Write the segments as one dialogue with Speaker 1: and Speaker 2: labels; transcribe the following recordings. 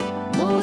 Speaker 1: Radio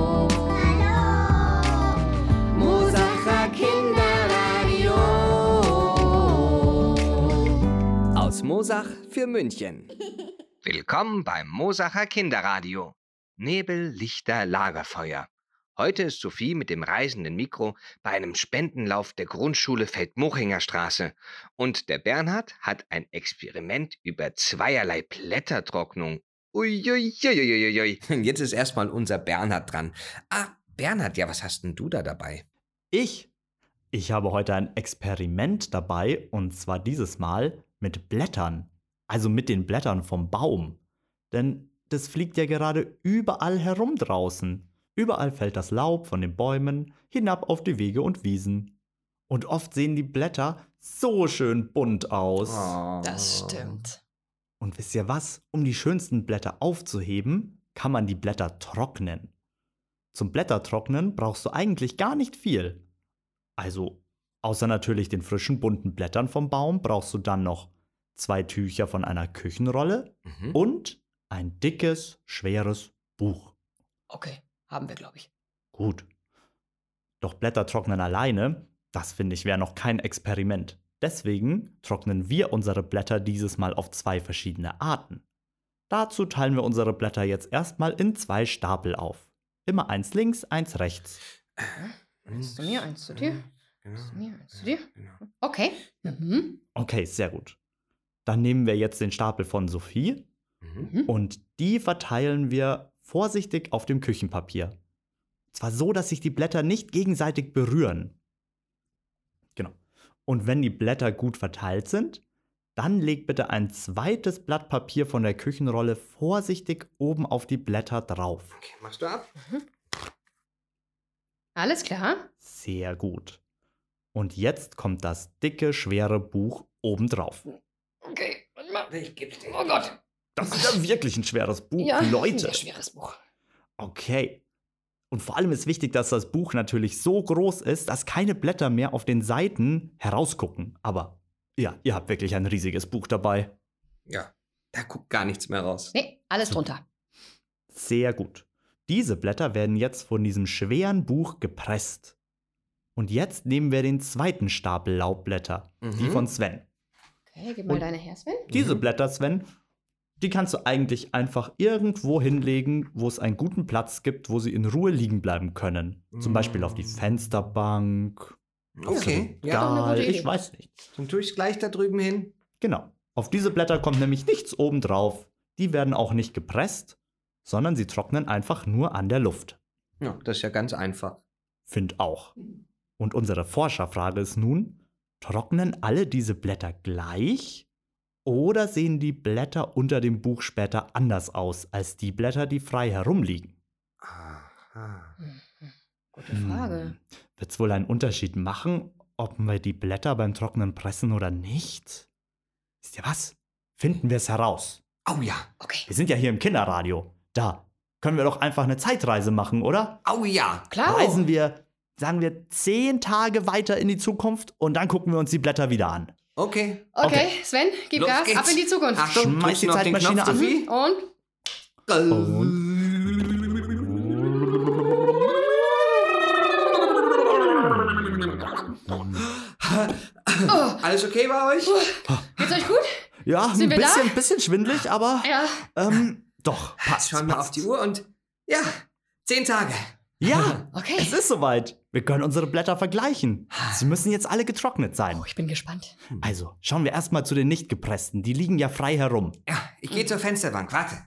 Speaker 1: Mosacher Kinderradio.
Speaker 2: Aus Mosach für München.
Speaker 3: Willkommen beim Mosacher Kinderradio. Nebel, Lichter, Lagerfeuer. Heute ist Sophie mit dem reisenden Mikro bei einem Spendenlauf der Grundschule Feldmochinger Straße und der Bernhard hat ein Experiment über zweierlei Blättertrocknung. Uiuiuiuiui. Jetzt ist erstmal unser Bernhard dran. Ah, Bernhard, ja, was hast denn du da dabei?
Speaker 4: Ich? Ich habe heute ein Experiment dabei und zwar dieses Mal mit Blättern. Also mit den Blättern vom Baum. Denn das fliegt ja gerade überall herum draußen. Überall fällt das Laub von den Bäumen hinab auf die Wege und Wiesen. Und oft sehen die Blätter so schön bunt aus.
Speaker 3: Ah.
Speaker 5: Das stimmt.
Speaker 4: Und wisst ihr was? Um die schönsten Blätter aufzuheben, kann man die Blätter trocknen. Zum Blättertrocknen brauchst du eigentlich gar nicht viel. Also, außer natürlich den frischen bunten Blättern vom Baum brauchst du dann noch zwei Tücher von einer Küchenrolle
Speaker 3: Mhm.
Speaker 4: und ein dickes, schweres Buch.
Speaker 5: Okay, haben wir, glaube ich.
Speaker 4: Gut. Doch Blätter trocknen alleine, das finde ich wäre noch kein Experiment. Deswegen trocknen wir unsere Blätter dieses Mal auf zwei verschiedene Arten. Dazu teilen wir unsere Blätter jetzt erstmal in zwei Stapel auf. Immer eins links, eins rechts.
Speaker 5: Eins zu mir, eins zu dir.
Speaker 3: Genau.
Speaker 5: zu mir, eins zu dir.
Speaker 3: Genau.
Speaker 5: Okay. Mhm.
Speaker 4: Okay, sehr gut. Dann nehmen wir jetzt den Stapel von Sophie
Speaker 3: Mhm.
Speaker 4: und die verteilen wir vorsichtig auf dem Küchenpapier. Zwar so, dass sich die Blätter nicht gegenseitig berühren. Genau. Und wenn die Blätter gut verteilt sind, dann legt bitte ein zweites Blatt Papier von der Küchenrolle vorsichtig oben auf die Blätter drauf.
Speaker 3: Okay, machst du ab?
Speaker 5: Alles klar.
Speaker 4: Sehr gut. Und jetzt kommt das dicke, schwere Buch obendrauf.
Speaker 5: Okay. warte mal.
Speaker 3: Ich geb's dir.
Speaker 5: Oh Gott.
Speaker 4: Das ist ja wirklich ein schweres Buch, Leute.
Speaker 5: Sehr schweres Buch.
Speaker 4: Okay. Und vor allem ist wichtig, dass das Buch natürlich so groß ist, dass keine Blätter mehr auf den Seiten herausgucken. Aber ja, ihr habt wirklich ein riesiges Buch dabei.
Speaker 3: Ja, da guckt gar nichts mehr raus.
Speaker 5: Nee, alles drunter.
Speaker 4: Sehr gut. Diese Blätter werden jetzt von diesem schweren Buch gepresst. Und jetzt nehmen wir den zweiten Stapel Laubblätter, die
Speaker 3: Mhm.
Speaker 4: von Sven.
Speaker 5: Okay, gib mal
Speaker 4: Und-
Speaker 5: deine her, Sven.
Speaker 4: Diese
Speaker 3: Mhm.
Speaker 4: Blätter, Sven, die kannst du eigentlich einfach irgendwo hinlegen, wo es einen guten Platz gibt, wo sie in Ruhe liegen bleiben können. Zum Beispiel
Speaker 3: Mhm.
Speaker 4: auf die Fensterbank, Auf
Speaker 3: Okay,
Speaker 4: so ein
Speaker 3: ja,
Speaker 5: doch eine
Speaker 4: Regal,
Speaker 5: gute
Speaker 4: ich
Speaker 5: Idee.
Speaker 4: weiß nicht.
Speaker 3: dann tue ich's gleich da drüben hin.
Speaker 4: Genau. Auf diese Blätter kommt nämlich nichts obendrauf. Die werden auch nicht gepresst, sondern sie trocknen einfach nur an der Luft.
Speaker 3: Ja, das ist ja ganz einfach.
Speaker 4: Find auch. Und unsere Forscherfrage ist nun, trocknen alle diese Blätter gleich oder sehen die Blätter unter dem Buch später anders aus als die Blätter, die frei herumliegen?
Speaker 3: Aha.
Speaker 5: Gute Frage.
Speaker 4: Hm. Wird es wohl einen Unterschied machen, ob wir die Blätter beim Trocknen pressen oder nicht? Wisst ihr was? Finden wir es heraus.
Speaker 3: Au ja,
Speaker 5: Okay.
Speaker 4: Wir sind ja hier im Kinderradio. Da können wir doch einfach eine Zeitreise machen, oder?
Speaker 3: au ja.
Speaker 5: Klar.
Speaker 4: Reisen wir, sagen wir, zehn Tage weiter in die Zukunft und dann gucken wir uns die Blätter wieder an.
Speaker 3: Okay.
Speaker 5: Okay,
Speaker 4: Okay.
Speaker 5: Sven, gib
Speaker 3: Los
Speaker 5: Gas.
Speaker 3: geht's.
Speaker 5: Ab in die Zukunft. Mhm.
Speaker 3: Achtung, drückst
Speaker 4: Schmeiß die
Speaker 3: du noch den
Speaker 4: Zeitmaschine
Speaker 3: Knopf,
Speaker 4: an.
Speaker 3: Sophie?
Speaker 5: Und
Speaker 3: Alles okay bei euch?
Speaker 5: Oh. geht's euch gut?
Speaker 4: Ja,
Speaker 5: Sind
Speaker 4: ein
Speaker 5: wir da?
Speaker 4: bisschen, bisschen schwindelig, aber
Speaker 5: Ja.
Speaker 4: ähm, doch, passt.
Speaker 3: Schauen wir
Speaker 4: passt.
Speaker 3: auf die Uhr und ja, zehn Tage.
Speaker 4: Ja,
Speaker 5: Okay.
Speaker 4: es ist soweit. Wir können unsere Blätter vergleichen. Sie müssen jetzt alle getrocknet sein.
Speaker 5: Oh, ich bin gespannt.
Speaker 4: Also, schauen wir erstmal zu den nicht gepressten. Die liegen ja frei herum.
Speaker 3: Ja, ich
Speaker 5: Hm.
Speaker 3: gehe zur Fensterbank, warte.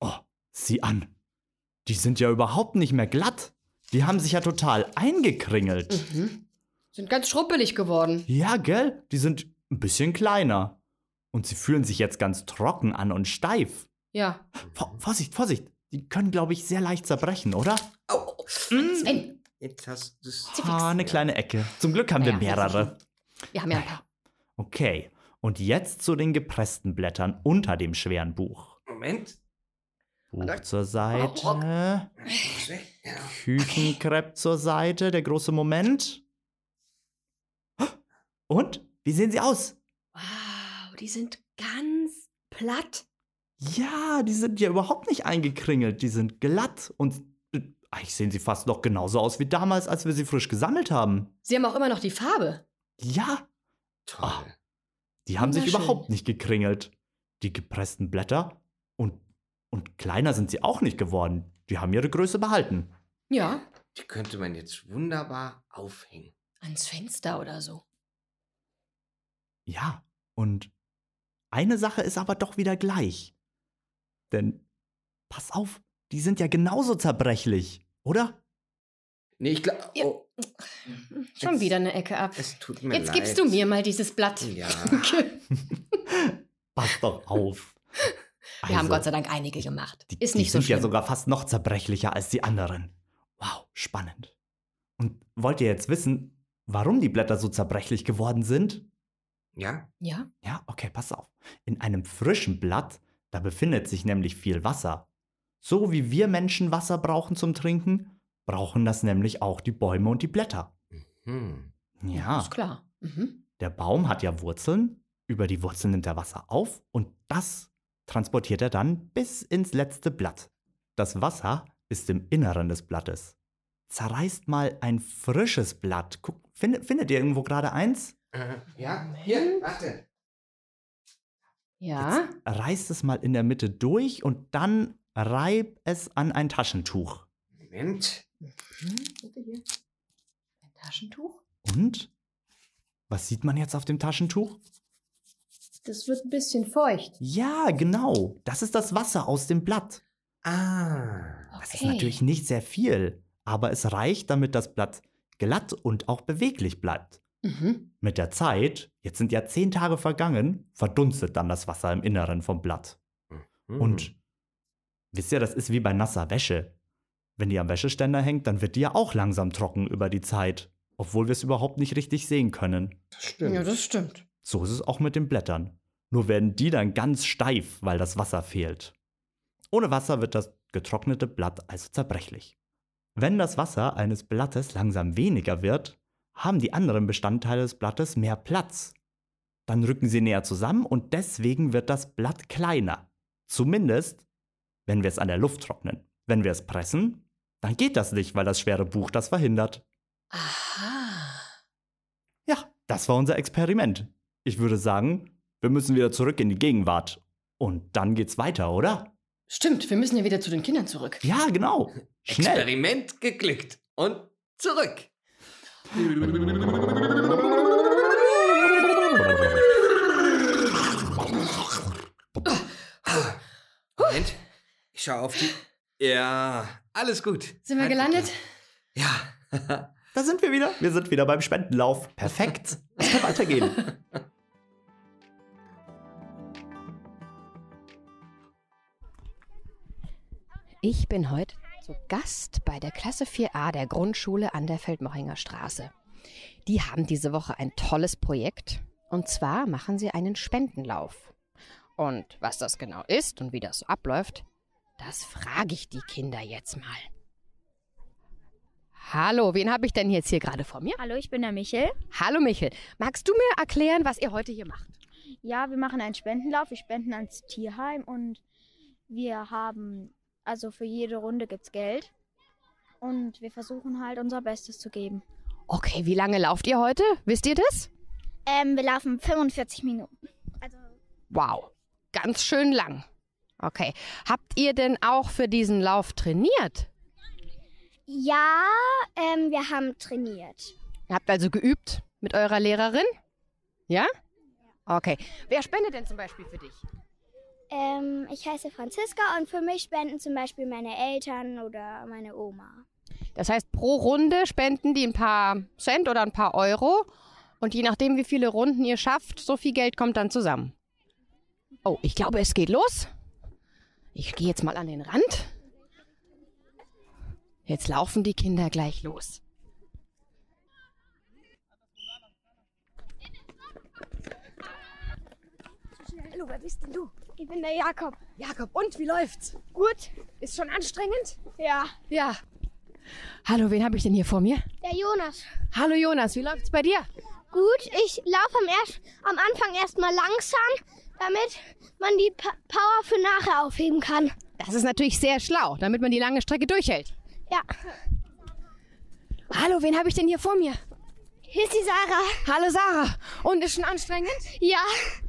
Speaker 4: Oh, sieh an. Die sind ja überhaupt nicht mehr glatt. Die haben sich ja total eingekringelt.
Speaker 5: Sind ganz schruppelig geworden.
Speaker 4: Ja, gell? Die sind ein bisschen kleiner. Und sie fühlen sich jetzt ganz trocken an und steif.
Speaker 5: Ja.
Speaker 4: Vor Vorsicht, Vorsicht. Die können, glaube ich, sehr leicht zerbrechen, oder?
Speaker 3: Au, au.
Speaker 5: Sven,
Speaker 6: Hm?
Speaker 3: Jetzt hast du es.
Speaker 4: Ah, eine kleine Ecke. Zum Glück haben wir
Speaker 5: Naja,
Speaker 4: mehrere.
Speaker 5: wir haben ja ein paar.
Speaker 4: Okay, und jetzt zu den gepressten Blättern unter dem schweren Buch.
Speaker 3: Moment.
Speaker 4: Buch
Speaker 3: Da-
Speaker 4: zur Seite,
Speaker 3: Ja.
Speaker 4: Küchenkrepp zur Seite, der große Moment. Und? Wie sehen sie aus?
Speaker 6: Wow, die sind ganz platt.
Speaker 4: Ja, die sind ja überhaupt nicht eingekringelt. Die sind glatt und äh, eigentlich sehen sie fast noch genauso aus wie damals, als wir sie frisch gesammelt haben.
Speaker 5: Sie haben auch immer noch die Farbe.
Speaker 4: Ja,
Speaker 3: Toll.
Speaker 4: die haben sich
Speaker 5: Wunderschön.
Speaker 4: überhaupt nicht gekringelt. Die gepressten Blätter und, und kleiner sind sie auch nicht geworden. Die haben ihre Größe behalten.
Speaker 5: Ja.
Speaker 3: Die könnte man jetzt wunderbar aufhängen.
Speaker 5: Ans Fenster oder so.
Speaker 4: Ja, und eine Sache ist aber doch wieder gleich. Denn, pass auf, die sind ja genauso zerbrechlich, oder?
Speaker 3: Nee, ich glaube.
Speaker 5: Ja.
Speaker 3: Oh,
Speaker 5: Schon
Speaker 3: Jetzt-
Speaker 5: wieder eine Ecke ab.
Speaker 3: es tut mir
Speaker 5: Jetzt
Speaker 3: leid.
Speaker 5: gibst du mir mal dieses Blatt.
Speaker 3: Ja.
Speaker 5: Danke.
Speaker 4: Pass doch auf.
Speaker 5: Wir haben
Speaker 4: Also-
Speaker 5: Gott sei Dank einige gemacht.
Speaker 4: Die,
Speaker 5: Ist
Speaker 4: die
Speaker 5: nicht so
Speaker 4: sind ja
Speaker 5: schlimm.
Speaker 4: sogar fast noch zerbrechlicher als die anderen. Wow, spannend. Und wollt ihr jetzt wissen, warum die Blätter so zerbrechlich geworden sind?
Speaker 3: Ja,
Speaker 5: ja.
Speaker 4: Ja, okay, pass auf. In einem frischen Blatt, da befindet sich nämlich viel Wasser. So wie wir Menschen Wasser brauchen zum Trinken, brauchen das nämlich auch die Bäume und die Blätter.
Speaker 3: hm.
Speaker 4: Ja,
Speaker 5: Ist klar. Mhm.
Speaker 4: der Baum hat ja Wurzeln, über die Wurzeln nimmt er Wasser auf und das transportiert er dann bis ins letzte Blatt. Das Wasser ist im Inneren des Blattes. Zerreißt mal ein frisches Blatt. Guck, findet, findet ihr irgendwo gerade eins?
Speaker 3: Äh, ja, hier, warte.
Speaker 5: Ja.
Speaker 4: Jetzt reißt es mal in der Mitte durch und dann reib es an ein Taschentuch.
Speaker 3: Moment.
Speaker 5: Bitte hier. Hm, Ein Taschentuch?
Speaker 4: Und? Was sieht man jetzt auf dem Taschentuch?
Speaker 5: Das wird ein bisschen feucht.
Speaker 4: Ja, genau. Das ist das Wasser aus dem Blatt.
Speaker 3: Ah.
Speaker 5: Okay.
Speaker 4: Das ist natürlich nicht sehr viel, aber es reicht, damit das Blatt glatt und auch beweglich bleibt.
Speaker 5: Mhm.
Speaker 4: Mit der Zeit, jetzt sind ja zehn Tage vergangen, verdunstet dann das Wasser im Inneren vom Blatt.
Speaker 3: Hm.
Speaker 4: Und wisst ihr, das ist wie bei nasser Wäsche. Wenn die am Wäscheständer hängt, dann wird die ja auch langsam trocken über die Zeit, obwohl wir es überhaupt nicht richtig sehen können.
Speaker 3: Das stimmt.
Speaker 5: Ja, das stimmt.
Speaker 4: So ist es auch mit den Blättern. Nur werden die dann ganz steif, weil das Wasser fehlt. Ohne Wasser wird das getrocknete Blatt also zerbrechlich. Wenn das Wasser eines Blattes langsam weniger wird, haben die anderen Bestandteile des Blattes mehr Platz. Dann rücken sie näher zusammen und deswegen wird das Blatt kleiner. Zumindest, wenn wir es an der Luft trocknen. Wenn wir es pressen, dann geht das nicht, weil das schwere Buch das verhindert.
Speaker 5: Aha.
Speaker 4: Ja, das war unser Experiment. Ich würde sagen, wir müssen wieder zurück in die Gegenwart. Und dann geht's weiter, oder?
Speaker 5: Stimmt, wir müssen ja wieder zu den Kindern zurück.
Speaker 4: Ja, genau. Schnell.
Speaker 3: Experiment geglückt. Und zurück. Moment. Ich schaue auf die. Ja, alles gut.
Speaker 5: Sind wir
Speaker 3: Halt-
Speaker 5: gelandet?
Speaker 3: Ja.
Speaker 4: Da sind wir wieder. Wir sind wieder beim Spendenlauf. Perfekt. Es kann weitergehen.
Speaker 6: Ich bin heute zu Gast bei der Klasse 4a der Grundschule an der Feldmochinger Straße. Die haben diese Woche ein tolles Projekt. Und zwar machen sie einen Spendenlauf. Und was das genau ist und wie das so abläuft, das frage ich die Kinder jetzt mal. Hallo, wen habe ich denn jetzt hier gerade vor mir?
Speaker 7: Hallo, ich bin der Michel.
Speaker 6: Hallo Michel, magst du mir erklären, was ihr heute hier macht?
Speaker 7: Ja, wir machen einen Spendenlauf. Wir spenden ans Tierheim und wir haben, also für jede Runde gibt's Geld. Und wir versuchen halt unser Bestes zu geben.
Speaker 6: Okay, wie lange lauft ihr heute? Wisst ihr das?
Speaker 7: Ähm, wir laufen 45 Minuten. Also,
Speaker 6: Wow, ganz schön lang. Okay, habt ihr denn auch für diesen Lauf trainiert?
Speaker 7: ja, ähm, wir haben trainiert.
Speaker 6: Ihr habt also geübt mit eurer Lehrerin? Ja? Okay, wer spendet denn zum Beispiel für dich?
Speaker 7: Ähm, ich heiße Franziska und für mich spenden zum Beispiel meine Eltern oder meine Oma.
Speaker 6: Das heißt, pro Runde spenden die ein paar Cent oder ein paar Euro. Und je nachdem, wie viele Runden ihr schafft, so viel Geld kommt dann zusammen. Oh, ich glaube, es geht los. Ich gehe jetzt mal an den Rand. Jetzt laufen die Kinder gleich los.
Speaker 8: Hallo, wer bist denn du?
Speaker 7: Ich bin der Jakob.
Speaker 8: Jakob, und wie läuft's?
Speaker 7: Gut?
Speaker 8: Ist schon anstrengend?
Speaker 7: Ja.
Speaker 6: Ja. Hallo, wen habe ich denn hier vor mir?
Speaker 9: Der Jonas.
Speaker 6: Hallo Jonas, wie läuft's bei dir?
Speaker 9: Gut, ich laufe am, erst, am Anfang erstmal langsam, damit man die pa Power für nachher aufheben kann.
Speaker 6: Das ist natürlich sehr schlau, damit man die lange Strecke durchhält.
Speaker 9: Ja.
Speaker 6: Hallo, wen habe ich denn hier vor mir?
Speaker 9: Hier ist die Sarah.
Speaker 6: Hallo Sarah. Und ist schon anstrengend?
Speaker 9: Ja,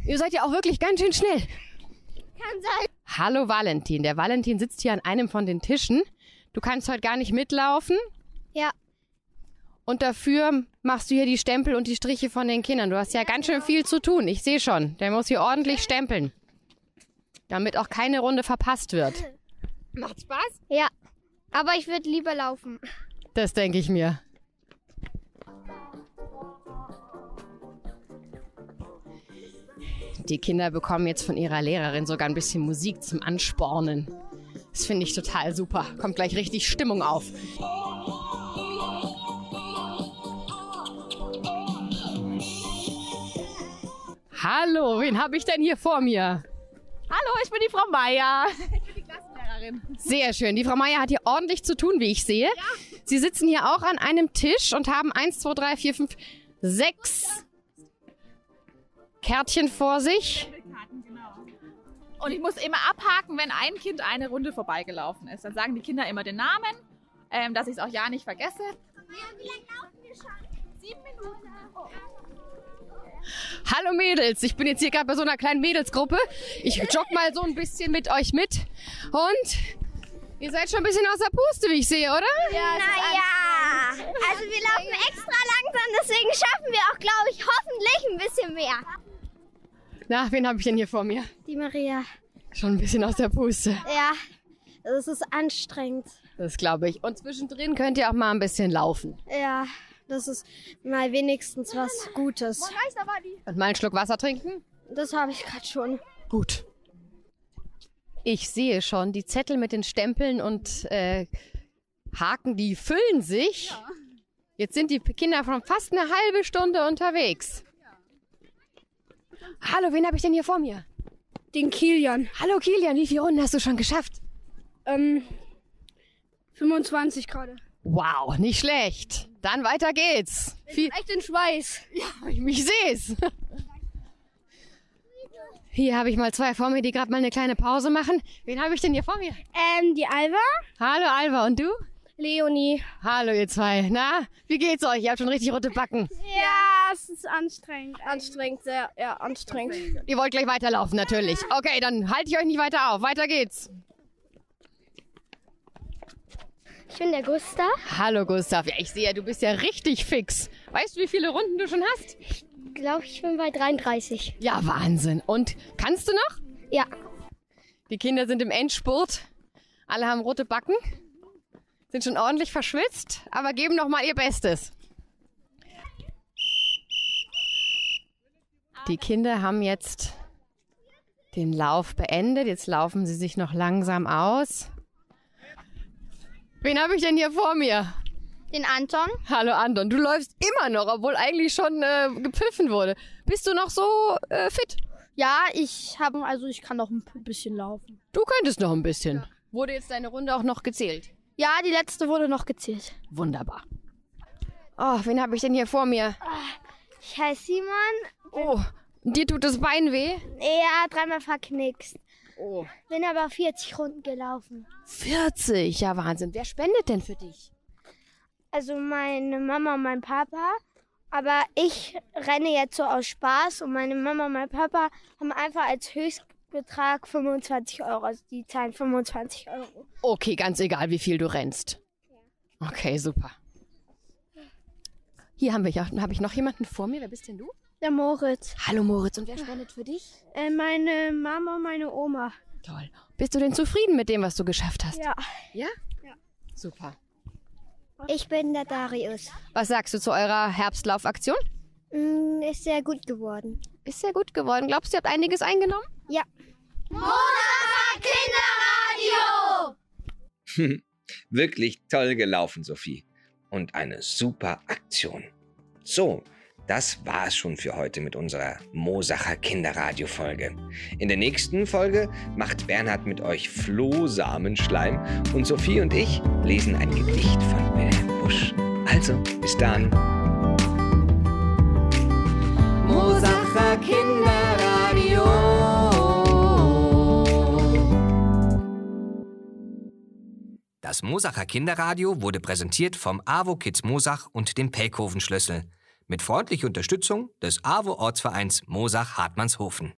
Speaker 6: Ihr seid ja auch wirklich ganz schön schnell.
Speaker 9: kann sein.
Speaker 6: Hallo Valentin. Der Valentin sitzt hier an einem von den Tischen. Du kannst heute gar nicht mitlaufen.
Speaker 9: Ja.
Speaker 6: Und dafür machst du hier die Stempel und die Striche von den Kindern. Du hast ja ganz schön viel zu tun. Ich sehe schon. Der muss hier ordentlich stempeln. Damit auch keine Runde verpasst wird. Macht Spaß?
Speaker 9: Ja. Aber ich würde lieber laufen.
Speaker 6: Das denke ich mir. Die Kinder bekommen jetzt von ihrer Lehrerin sogar ein bisschen Musik zum Anspornen. Das finde ich total super. Kommt gleich richtig Stimmung auf. Hallo, wen habe ich denn hier vor mir?
Speaker 10: Hallo, ich bin die Frau Meier.
Speaker 6: Sehr schön. Die Frau Meier hat hier ordentlich zu tun, wie ich sehe. Sie sitzen hier auch an einem Tisch und haben 1, 2, 3, 4, 5, 6 Kärtchen vor sich.
Speaker 10: Und ich muss immer abhaken, wenn ein Kind eine Runde vorbeigelaufen ist. Dann sagen die Kinder immer den Namen, ähm, dass ich es auch ja nicht vergesse.
Speaker 6: Hallo Mädels, ich bin jetzt hier gerade bei so einer kleinen Mädelsgruppe. Ich jogge mal so ein bisschen mit euch mit. Und ihr seid schon ein bisschen aus der Puste, wie ich sehe, oder?
Speaker 9: Ah, Naja, also wir laufen extra langsam, deswegen schaffen wir auch, glaube ich, hoffentlich ein bisschen mehr.
Speaker 6: Na, wen habe ich denn hier vor mir?
Speaker 9: Die Maria.
Speaker 6: Schon ein bisschen aus der Puste.
Speaker 9: Ja, es ist anstrengend.
Speaker 6: Das glaube ich. Und zwischendrin könnt ihr auch mal ein bisschen laufen.
Speaker 9: Ja, das ist mal wenigstens was Gutes.
Speaker 6: Und mal einen Schluck Wasser trinken?
Speaker 9: Das habe ich gerade schon.
Speaker 6: Gut. Ich sehe schon, die Zettel mit den Stempeln und äh, Haken, die füllen sich. Jetzt sind die Kinder schon fast eine halbe Stunde unterwegs. Hallo, wen habe ich denn hier vor mir?
Speaker 11: den Kilian.
Speaker 6: Hallo Kilian, wie viele Runden hast du schon geschafft?
Speaker 11: Ähm, 25 gerade.
Speaker 6: Wow, nicht schlecht. Dann weiter geht's. Viel,
Speaker 11: Echt in Schweiß.
Speaker 6: ich seh's. Hier habe ich mal zwei vor mir, die gerade mal eine kleine Pause machen. Wen habe ich denn hier vor mir?
Speaker 9: Ähm, die Alva?
Speaker 6: Hallo Alva, und du?
Speaker 9: Leonie.
Speaker 6: Hallo ihr zwei. Na, wie geht's euch? Ihr habt schon richtig rote Backen.
Speaker 11: Ja, es ist anstrengend. Anstrengend, sehr, ja, anstrengend.
Speaker 6: Ihr wollt gleich weiterlaufen, natürlich. Okay, dann halte ich euch nicht weiter auf. Weiter geht's.
Speaker 9: Ich bin der Gustav.
Speaker 6: Hallo Gustav. Ja, ich sehe ja, du bist ja richtig fix. Weißt du, wie viele Runden du schon hast?
Speaker 9: Ich glaube, ich bin bei 33.
Speaker 6: Ja, Wahnsinn. Und kannst du noch?
Speaker 9: Ja.
Speaker 6: Die Kinder sind im Endspurt. Alle haben rote Backen. Sind schon ordentlich verschwitzt, aber geben noch mal ihr Bestes. Die Kinder haben jetzt den Lauf beendet. Jetzt laufen sie sich noch langsam aus. Wen habe ich denn hier vor mir?
Speaker 9: Den Anton?
Speaker 6: Hallo Anton, du läufst immer noch, obwohl eigentlich schon äh, gepfiffen wurde. Bist du noch so äh, fit?
Speaker 11: Ja, ich habe, also ich kann noch ein bisschen laufen.
Speaker 6: Du könntest noch ein bisschen. Wurde jetzt deine Runde auch noch gezählt?
Speaker 11: Ja, die letzte wurde noch gezählt.
Speaker 6: Wunderbar. Oh, wen habe ich denn hier vor mir?
Speaker 9: Ich heiße Simon.
Speaker 6: Oh, dir tut das Bein weh?
Speaker 9: Ja, dreimal verknickst.
Speaker 6: Oh.
Speaker 9: Bin aber 40 Runden gelaufen.
Speaker 6: 40, ja Wahnsinn. Wer spendet denn für dich?
Speaker 9: Also meine Mama und mein Papa. Aber ich renne jetzt so aus Spaß und meine Mama und mein Papa haben einfach als Höchstbetrag 25 Euro. Also die zahlen 25 Euro.
Speaker 6: Okay, ganz egal, wie viel du rennst. Okay, super. Hier haben wir ja, habe ich noch jemanden vor mir? Wer bist denn du?
Speaker 11: Der Moritz.
Speaker 6: Hallo Moritz, und wer spendet für dich?
Speaker 11: Äh, meine Mama und meine Oma.
Speaker 6: Toll. Bist du denn zufrieden mit dem, was du geschafft hast?
Speaker 11: Ja.
Speaker 6: Ja?
Speaker 11: Ja.
Speaker 6: Super.
Speaker 9: Ich bin der Darius.
Speaker 6: Was sagst du zu eurer Herbstlaufaktion?
Speaker 9: Mm, Ist sehr gut geworden.
Speaker 6: Ist sehr gut geworden. Glaubst du, ihr habt einiges eingenommen?
Speaker 3: Wirklich toll gelaufen, Sophie. Und eine super Aktion. So, Das war es schon für heute mit unserer Mosacher Kinderradio-Folge. In der nächsten Folge macht Bernhard mit euch Flohsamenschleim und Sophie und ich lesen ein Gedicht von Wilhelm Busch. Also, bis dann.
Speaker 1: Mosacher Kinderradio.
Speaker 3: Das Mosacher Kinderradio wurde präsentiert vom AWO Kids Mosach und dem Pelkoven Schlüssel. Mit freundlicher Unterstützung des AWO Ortsvereins Mosach-Hartmannshofen.